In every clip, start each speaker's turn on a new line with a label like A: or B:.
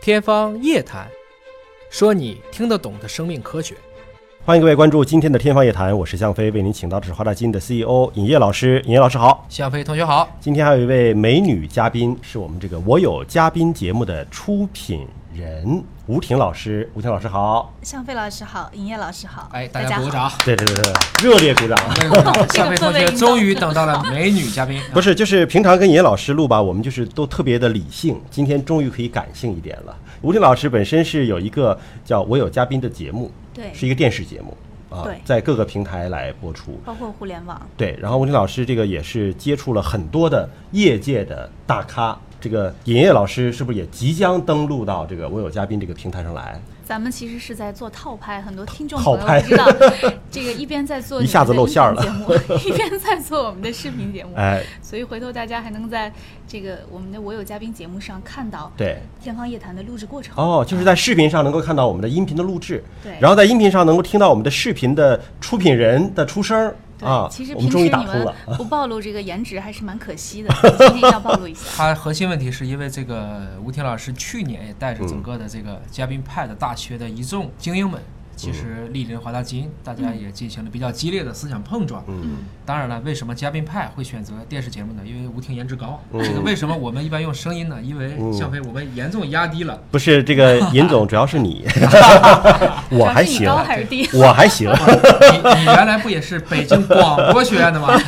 A: 天方夜谭，说你听得懂的生命科学。
B: 欢迎各位关注今天的《天方夜谭》，我是向飞，为您请到的是华大基因的 CEO 尹烨老师。尹烨老师好，
A: 向飞同学好，
B: 今天还有一位美女嘉宾，是我们这个“我有嘉宾”节目的出品人吴婷老师。吴婷老师好，
C: 向飞老师好，尹烨老师好，
A: 哎，
C: 大
A: 家鼓个
C: 好。
A: 掌。
B: 对对对对，热烈鼓掌。
A: 各位鼓掌向飞同
C: 这个氛围
A: 学
C: 营造
A: 终于等到了美女嘉 宾，
B: 不是，就是平常跟尹烨老师录吧，我们就是都特别的理性，今天终于可以感性一点了。吴婷老师本身是有一个叫“我有嘉宾”的节目，
C: 对
B: 是一个电视节目啊
C: 对，
B: 在各个平台来播出。
C: 包括互联网，
B: 对，然后吴军老师这个也是接触了很多的业界的大咖。这个尹烨老师是不是也即将登陆到这个我有嘉宾这个平台上来？
C: 咱们其实是在做套拍，很多听众
B: 套
C: 朋友
B: 拍
C: 不知道， 这个一边在做
B: 一下子
C: 你们
B: 露馅儿
C: 的音频节目， 一边在做我们的视频节目，
B: 哎，
C: 所以回头大家还能在这个我们的我有嘉宾节目上看到
B: 对，
C: 天方夜谭的录制过程。
B: 哦，就是在视频上能够看到我们的音频的录制，
C: 对
B: 然后在音频上能够听到我们的视频的出品人的出声儿
C: 对，
B: 啊，
C: 其实
B: 我
C: 平
B: 们
C: 时
B: 终于
C: 你
B: 打通
C: 们
B: 了。
C: 不暴露这个颜值还是蛮可惜的，今天一定要暴露一下。
A: 他核心问题是因为这个吴婷老师去年也带着整个的这个嘉宾派的大学的一众精英们，其实莅临华大基因，大家也进行了比较激烈的思想碰撞。
B: 嗯，
A: 当然了，为什么嘉宾派会选择电视节目呢？因为吴婷颜值高。
B: 嗯
A: 这个为什么我们一般用声音呢？因为
B: 嗯
A: 向飞我们严重压低了。
B: 不是这个尹总，主要是 你， 我还
C: 主
B: 行啊
C: 要是你高，还是低？
B: 我还行。
A: 你你原来不也是北京广播学院的 吗？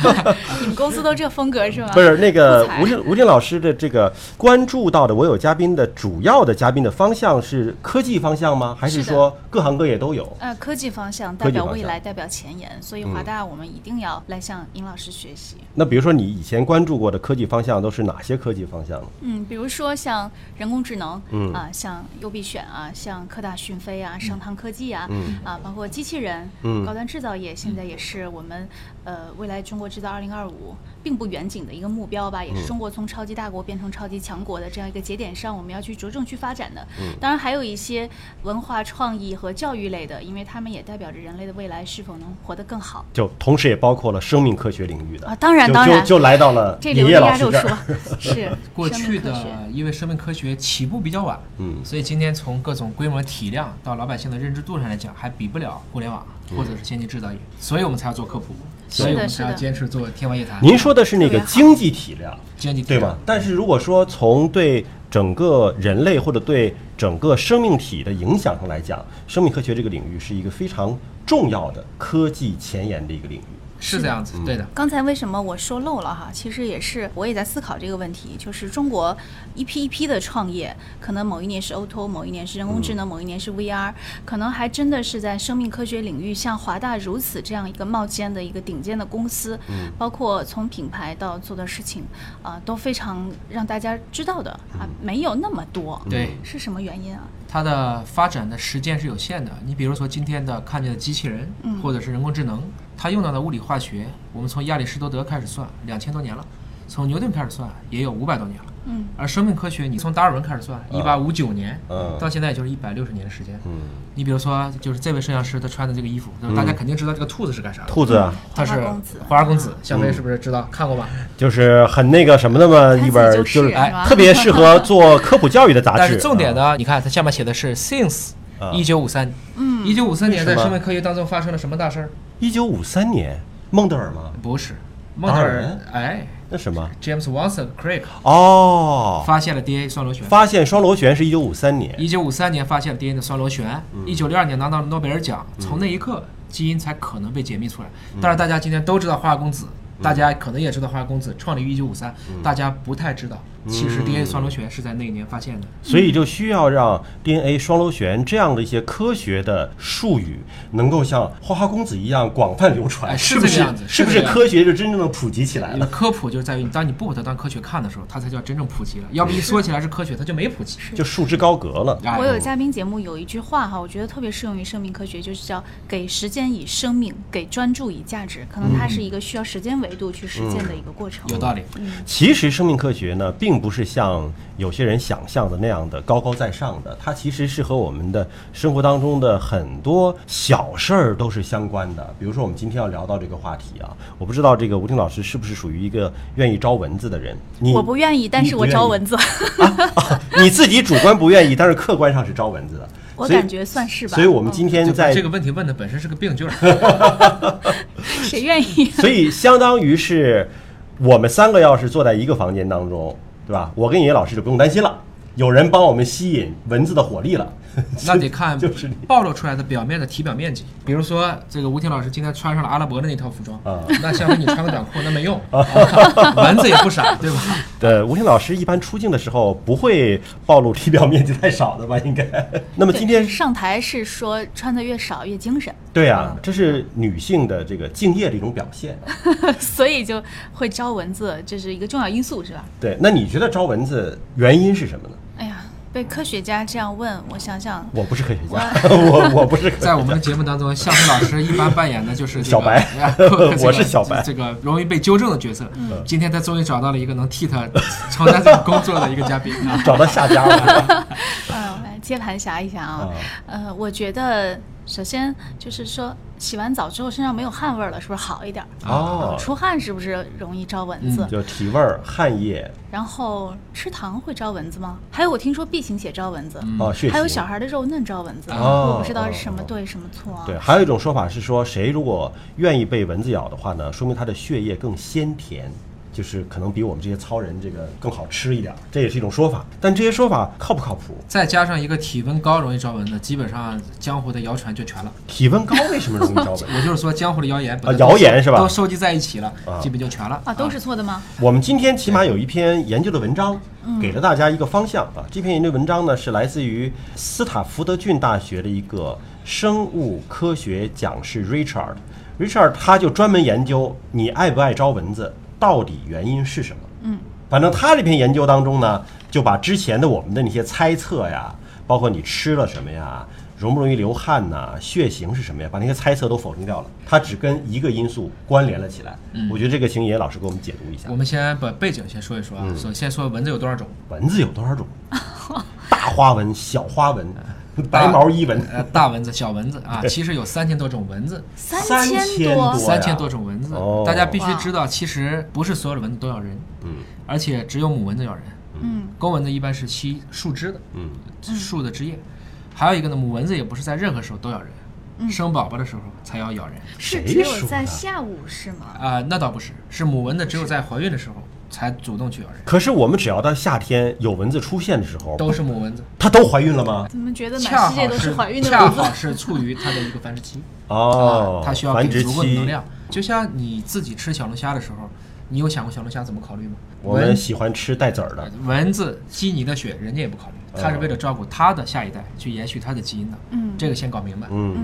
C: 你们公司都这风格是吗？
B: 不是那个
C: 不才
B: 吴静吴静老师的这个关注到的，我有嘉宾的主要的嘉宾的方向是科技方向吗？还是
C: 是的
B: 说各行各业都有？
C: 呃，科技方向
B: 科
C: 代
B: 技
C: 表
B: 方
C: 未
B: 向嗯
C: 来，代表前沿，所以华大我们一定要来向尹老师学习。
B: 那比如说你以前关注过的科技方向都是哪些科技方向呢？
C: 嗯，比如说像人工智能，
B: 嗯
C: 啊，像优必选啊，像科大讯飞啊，商汤科技啊，
B: 嗯
C: 啊，包括机器人，
B: 嗯
C: 高端制造业现在也是我们呃未来中国制造二零二五并不远景的一个目标吧，也
B: 嗯
C: 是中国从超级大国变成超级强国的这样一个节点上，我们要去着重去发展的。
B: 嗯
C: 当然还有一些文化创意和教育类的，因为他们也代表着人类的未来是否能活得更好。
B: 就同时也包括了生命科学领域的
C: 啊当然
B: 就
C: 当然
B: 就就来到了
C: 这
B: 尹
C: 留
B: 烨
C: 着
B: 老
C: 鸭
B: 师
C: 肉
B: 这
C: 说
B: 儿。，
C: 是
A: 过
C: 生命
A: 去
C: 科学
A: 的因为生命科学起步比较晚，
B: 嗯
A: 所以今天从各种规模、体量到老百姓的认知度上来讲，还比不了互联网
B: 嗯
A: 或者是先进制造业，所以我们才要做科普，所以我们才要
C: 是的
A: 坚持做天方夜谭。
B: 您说的是那个
C: 特别好
B: 经济体量，
A: 经济体
B: 对
A: 量
B: 吧？？但是如果说从对整个人类或者对整个生命体的影响上来讲，生命科学这个领域是一个非常重要的科技前沿的一个领域。
A: 是这样子，
B: 嗯
A: 对的。
C: 刚才为什么我说漏了哈？其实也是我也在思考这个问题，就是中国一批一批的创业，可能某一年是 O2O，某一年是人工智能，某一年是 VR，可能还真的是在生命科学领域，像华大如此这样一个冒尖的一个顶尖的公司，包括从品牌到做的事情啊、都非常让大家知道的啊，没有那么多，
A: 对
B: 嗯
C: 是什么原因啊？
A: 它的发展的时间是有限的。你比如说今天的看见的机器人，
C: 嗯
A: 或者是人工智能，它用到的物理化学，我们从亚里士多德开始算，两千多年了；从牛顿开始算，也有五百多年了。
C: 嗯，
A: 而生命科学，你从达尔文开始算，一八五九年，
B: 嗯
A: 到现在也就是一百六十年的时间。
B: 嗯，
A: 你比如说，就是这位摄像师他穿的这个衣服，就是大家肯定知道这个兔子是干啥的，
B: 兔子嗯啊，
A: 它是
C: 花花公子
A: 花花公子，小飞是不是知道看过吧？
B: 就是很那个什么的嘛，呃一本
C: 看
B: 就
C: 自己就是是
A: 哎
C: 是吧
B: 特别适合做科普教育的杂
A: 但
B: 志。
A: 是重点呢，你看它下面写的是 since
B: 啊
A: 一九五三，嗯，一九五三年在
B: 为什么
A: 生命科学当中发生了什么大事儿？
B: 一九五三年，孟德尔吗？
A: 不是，孟德
B: 达尔
A: 尔
B: 文
A: 哎
B: 那什么？
A: ，James Watson Crick
B: 哦，
A: 发现了 DNA 双螺旋。
B: 发现双螺旋是一九五三年。
A: 一九五三年发现了 DNA 的双螺旋，一九六二年拿到了诺贝尔奖，从那一刻基因才可能被解密出来。但是大家今天都知道花花公子，大家可能也知道花花公子创立于一九五三，大家不太知道，其实 DNA 双螺旋是在那一年发现的。
B: 所以就需要让 DNA 双螺旋这样的一些科学的术语，能够像花花公子一样广泛流传，
A: 哎是
B: 不
A: 这
B: 是
A: 个样子？
B: 是
A: 是
B: 不
A: 这
B: 是
A: 个样子
B: 科学就真正的普及起来
A: 因为
B: 了？
A: 科普就是在于你，当你不把它当科学看的时候，它才叫真正普及了。要不一说起来是科学，它就没普及。
B: 就束之高阁了。
A: 哎
C: 我有嘉宾节目有一句话哈，我觉得特别适用于生命科学，就是叫“给时间以生命，给专注以价值”。可能它是一个需要时间维度去实践的一个过程。
A: 嗯有道理。
B: 其实生命科学呢，并并不是像有些人想象的那样的高高在上的，它其实是和我们的生活当中的很多小事儿都是相关的。比如说，我们今天要聊到这个话题啊，我不知道这个吴婷老师是不是属于一个愿意招蚊子的人？你
C: 我不愿意，但
B: 你
C: 是
B: 不
C: 我
B: 愿
C: 招
B: 意
C: 蚊子，
B: 你自己主观不愿意，但是客观上是招蚊子的。
C: 我
B: 所以
C: 感觉算是吧。
B: 所以我们
C: 嗯
B: 今天
A: 就
B: 在
A: 这个问题问的本身是个病句儿，
C: 谁愿意？
B: 所以相当于是我们三个要是坐在一个房间当中，对吧？我跟野老师就不用担心了，有人帮我们吸引蚊子的火力 了。
A: 那得看
B: 就是你
A: 暴露出来的表面的体表面积。比如说，这个吴婷老师今天穿上了阿拉伯的那套服装
B: 啊，
A: 那相比你穿个短裤那没用，啊蚊子也不傻，对吧？
B: 呃，吴昕老师一般出镜的时候不会暴露体表面积太少的吧？应 该。那么
C: 对
B: 今天是
C: 上台是说穿的越少越精神，
B: 对啊，这是女性的这个敬业的一种表现。
C: 所以就会招蚊子，这是一个重要因素，是吧？
B: 对，那你觉得招蚊子原因是什么呢？
C: 哎呀，被科学家这样问，我想想，
B: 我不是科学家， 我我不是科学
A: 在我
B: 家。
A: 们的节目当中，向飞老师一般扮演的就是这个
B: 小白
A: 这个
B: 我是小白
A: 这个容易被纠正的角色。
C: 嗯
A: 今天他终于找到了一个能替他承担这个工作的一个嘉宾啊。
B: 找到下家了。
C: 嗯，我来接盘侠一下啊
B: 啊。
C: 呃，我觉得首先就是说，洗完澡之后身上没有汗味儿了，是不是好一点儿？呃
B: 哦，嗯
C: 出汗是不是容易招蚊子？
B: 就体味儿、汗液
C: 然后吃糖会招蚊子吗？还有我听说 B 型血招蚊子，
B: 哦，血
C: 还有
B: 型
C: 小孩的肉嫩招蚊子，
B: 哦
C: 我不知道是什么
B: 哦
C: 对什么错啊。
B: 对，还有一种说法是说，谁如果愿意被蚊子咬的话呢，说明他的血液更鲜甜，就是可能比我们这些糙人这个更好吃一点儿，这也是一种说法。但这些说法靠不靠谱？
A: 再加上一个体温高容易招蚊子，基本上江湖的谣传就全了。
B: 体温高为什么容易招蚊？
A: 也就是说，江湖的谣言把
B: 啊
A: 它都
B: 谣言是吧
A: 都收集在一起了
B: 啊，
A: 基本就全了
C: 啊，都是错的吗？
B: 我们今天起码有一篇研究的文章，给了大家一个方向啊。这篇研究文章呢是来自于斯塔福德郡大学的一个生物科学讲师 Richard。Richard 他就专门研究你爱不爱招蚊子，到底原因是什么？嗯，反正他这篇研究当中呢，就把之前的我们的那些猜测呀，包括你吃了什么呀，容不容易流汗呐、血型是什么呀，把那些猜测都否定掉了。他只跟一个因素关联了起来。我觉得这个请野老师给我们解读一下
A: 我。们先把背景先说一说
B: 嗯
A: 啊，首先说蚊子有多少种？
B: 蚊子有多少种？ 大花蚊、小花 蚊、白毛伊蚊，
A: 呃，大蚊子、小蚊子啊，其实有三千多种蚊子，
B: 三千
C: 千
B: 多呀
A: 三千多种蚊子
B: 哦，
A: 大家必须知道，其实不是所有的蚊子都咬人，嗯，而且只有母蚊子咬人，
C: 嗯，
A: 公蚊子一般是吸树枝的，
B: 嗯，
A: 树的枝叶，还有一个呢，母蚊子也不是在任何时候都咬
C: 嗯
A: 人，生宝宝的时候才要咬人
B: 谁
C: 是只
B: 说
C: 有在
B: 的
C: 下午是吗？
A: 啊，那倒不是，是母蚊子只有在怀孕的时候才主动去咬人，
B: 可是我们只要到夏天有蚊子出现的时候，
A: 都是母蚊子，
B: 它都怀孕了吗？
C: 怎么觉得
A: 恰
C: 满世界
A: 好
C: 都
A: 是
C: 怀孕的
A: 恰
C: 蚊子
A: 好？是处于它的一个繁殖 期。
B: 哦
A: 啊，它需要
B: 繁
A: 给
B: 殖
A: 足够的能
B: 期。
A: 量。就像你自己吃小龙虾的时候，你有想过小龙虾怎么考虑吗？
B: 我们
A: 蚊
B: 喜欢吃带籽儿的，
A: 蚊子吸你的血，人家也不考虑，
B: 哦
A: 它是为了照顾它的下一代，去延续它的基因的。
C: 嗯
A: 这个先搞明白。
B: 嗯，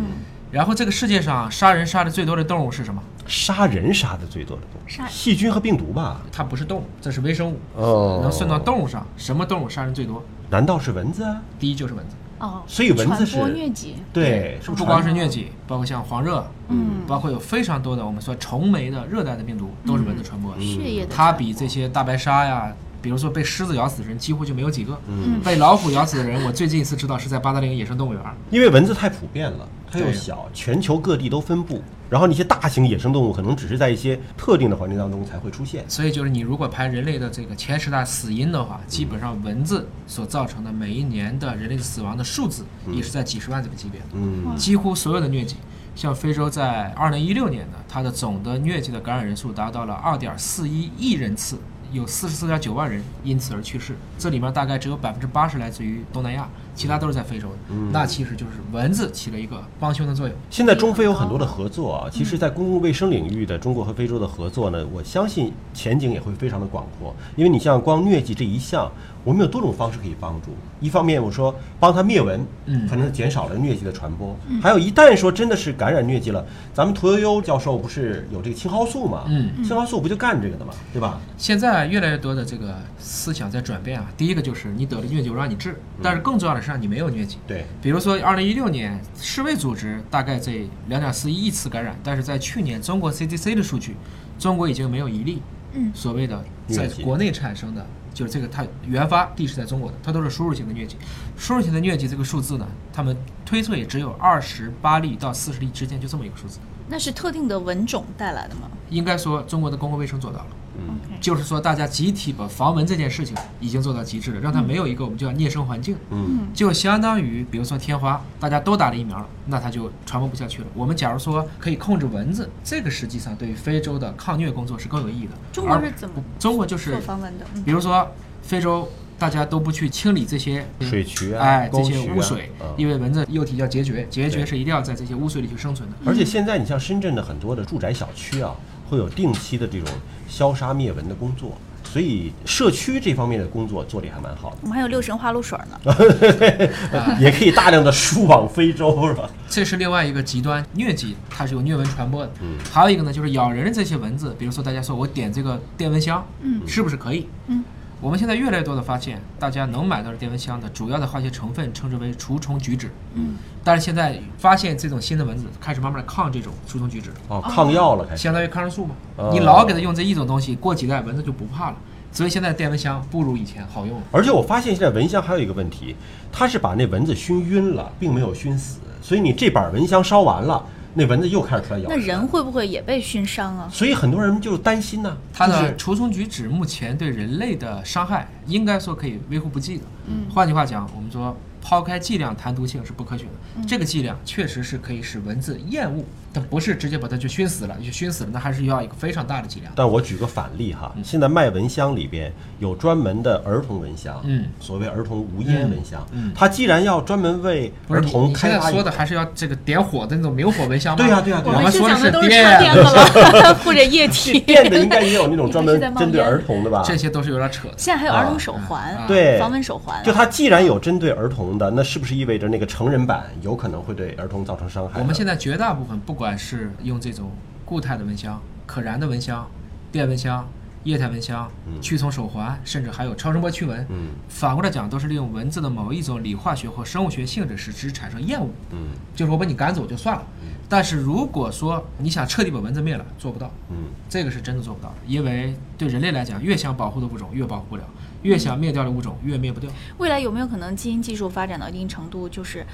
A: 然后这个世界上杀人杀的最多的动物是什么？
B: 杀人杀的最多的动
C: 杀
B: 物，细菌和病毒吧？
A: 它不是动物，这是微生物。
B: 哦
A: 能算到动物上，什么动物杀人最多？
B: 难道是蚊子啊？
A: 第一就是蚊子。
C: 哦，
B: 所以蚊子是
C: 传播疟疾，
B: 对，
A: 不光是疟疾，包括像黄热，
C: 嗯
A: 包括有非常多的我们说虫媒的热带的病毒，都是蚊子传播的。
C: 血嗯
B: 嗯
C: 液的
A: 它
C: 传
A: 比这
C: 播
A: 些大白鲨呀，比如说被狮子咬死的人几乎就没有几个。
C: 嗯
A: 被老虎咬死的人，我最近一次知道是在八达岭野生动物园儿。
B: 因为蚊子太普遍了，它又
A: 对
B: 小，全球各地都分布。然后那些大型野生动物可能只是在一些特定的环境当中才会出现。
A: 所以就是你如果排人类的这个前十大死因的话，基本上蚊子所造成的每一年的人类的死亡的数字
C: 嗯
A: 也是在几十万这个级别的。
B: 嗯
A: 几乎所有的疟疾，像非洲在二零一六年呢，它的总的疟疾的感染人数达到了二点四一亿人次，有四十四点九万人因此而去世。这里面大概只有百分之八十来自于东南亚，其他都是在非洲的。那其实就是蚊子起了一个帮凶的作用。
B: 现在中非有很多的合作啊，其实，在公共卫生领域的中国和非洲的合作呢，我相信前景也会非常的广阔。因为你像光疟疾这一项，我们有多种方式可以帮助。一方面，我说帮它灭蚊，
A: 嗯
B: 可能减少了疟疾的传播。还有一旦说真的是感染疟疾了，咱们屠呦呦教授不是有这个青蒿素嘛？
A: 嗯，
B: 青蒿素不就干这个的嘛，对吧？
A: 现在越来越多的这个思想在转变啊。第一个就是你得了疟疾，我让你治，但是更重要的是让你没有疟疾。
B: 对，
A: 比如说，二零一六年世卫组织大概这两点四一亿次感染，但是在去年中国 CDC 的数据，中国已经没有一例
C: 嗯
A: 所谓的
B: 疟
A: 在
B: 疾
A: 国内产生的就是这个它原发地是在中国的，它都是输入型的疟疾。输入型的疟疾这个数字呢，他们推测也只有二十八例到四十例之间，就这么一个数字。
C: 那是特定的文种带来的吗
A: 应该说，中国的公共卫生做到了，
C: ？OK，
A: 就是说大家集体把防蚊这件事情已经做到极致了，让它没有一个我们叫孽生环境。
B: 嗯
A: 就相当于，比如说天花，大家都打了疫苗了，那它就传播不下去了。我们假如说可以控制蚊子，这个实际上对于非洲的抗疟工作是更有意义的。
C: 中国
A: 而
C: 是怎么
A: 不中国就是
C: 做，防蚊的？嗯
A: 比如说非洲，大家都不去清理这些
B: 水渠啊
A: 哎，这
B: 沟
A: 些
B: 渠
A: 污
B: 啊
A: 水
B: 嗯，
A: 因为蚊子幼体要孑孓，孑
B: 对
A: 孓是一定要在这些污水里去生存的。
B: 而且现在你像深圳的很多的住宅小区啊，会有定期的这种消杀灭蚊的工作，所以社区这方面的工作做得也还蛮好
C: 我们还有六神花露水呢。
B: 的， 也可以大量的输往非洲是吧？
A: 这是另外一个极端疟疾，它是有疟蚊传播的。还有一个呢，就是咬人的这些蚊子，比如说大家说我点这个电蚊香，
C: 嗯
A: 是不是可以？
C: 嗯，
A: 我们现在越来越多的发现，大家能买到的电蚊香的主要的化学成分称之为除虫菊酯。
C: 嗯，
A: 但是现在发现这种新的蚊子开始慢慢的抗这种除虫菊酯，
B: 哦，抗药了开始，
A: 相当于抗生素嘛。
B: 哦
A: 你老给它用这一种东西，过几代蚊子就不怕了。所以现在电蚊香不如以前好用了。
B: 而且我发现现在蚊香还有一个问题，它是把那蚊子熏晕了，并没有熏死，所以你这板蚊香烧完了，那蚊子又开始出来咬
C: 那。人会不会也被熏伤啊？
B: 所以很多人就担心呢、
A: 它
B: 就
A: 的
B: 是
A: 除虫菊酯目前对人类的伤害，应该说可以微乎不计的。嗯，换句话讲，我们说抛开剂量谈毒性是不科学的。
C: 嗯
A: 这个剂量确实是可以使蚊子厌恶，但不是直接把它就熏死了，就熏死了，那还是要一个非常大的剂量。
B: 但我举个反例哈，
A: 嗯
B: 现在卖蚊香里边有专门的儿童蚊香，
A: 嗯，
B: 所谓儿童无烟蚊香，
A: 嗯嗯
B: 它既然要专门为
A: 不是
B: 儿
A: 你你
B: 童
A: 现
B: 开
A: 在
B: 发一
A: 说
B: 个，
A: 的还是要这个点火的那种明火蚊香吗？
B: 对呀对呀对
A: 我们
B: 呀
C: 们
A: 啊说
C: 讲的都是插电
A: 电，
C: 的了，或者液体。
B: 电的应该也有那种专门
C: 你还是在冒
B: 针对
C: 烟
B: 儿童的吧？
A: 这些都是有点扯的。
C: 现在还有儿童手环，
A: 啊
B: 对
C: 防蚊手环。
B: 就它既然有针对儿童的，那是不是意味着那个成人版有可能会对儿童造成伤害呢？
A: 我们现在绝大部分，不管是用这种固态的蚊香、可燃的蚊香、电蚊香、液态蚊香、驱虫手环，甚至还有超声波驱蚊，
B: 嗯
A: 反过来讲，都是利用蚊子的某一种理化学或生物学性质，使之产生厌恶。
B: 嗯
A: 就是我把你赶走就算了，但是如果说你想彻底把蚊子灭了，做不到。
B: 嗯，
A: 这个是真的做不到的，因为对人类来讲，越想保护的物种越保护不了，越想灭掉的物种越灭不掉。
C: 未来有没有可能基因技术发展到一定程度，就是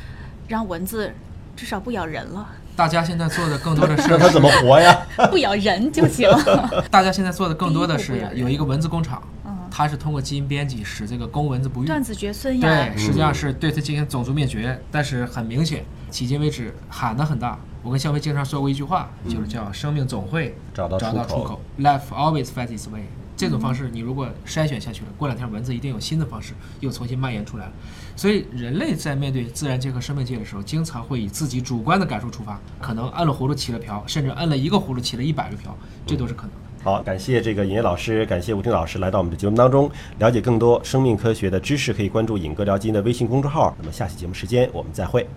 C: 让蚊子至少不咬人了，
A: 大家现在做的更多的是
B: 那它怎么 活呀？
C: 不咬人就行了。
A: 大家现在做的更多的
C: 第一
A: 是
C: 步不要
A: 有一个蚊子工厂
C: 嗯，
A: 它是通过基因编辑使这个公蚊子不育。
C: 断子绝孙呀
A: 对，！实际上是对它进行种族灭绝，但是很明显，迄今为止喊得很大。我跟肖飞经常说过一句话，就是叫“生命总会
B: 找到
A: 找
B: 出
A: 到出
B: 口
A: 口 ”，Life always finds its way。这种方式，你如果筛选下去了，过两天蚊子一定有新的方式又重新蔓延出来了。所以，人类在面对自然界和生命界的时候，经常会以自己主观的感受出发，可能摁了葫芦起了瓢，甚至摁了一个葫芦起了一百个瓢，这都是可能的。
B: 好，感谢这个尹烨老师，感谢吴婷老师来到我们的节目当中。了解更多生命科学的知识，可以关注“尹哥聊基因”的微信公众号。那么下期节目时间我们再会。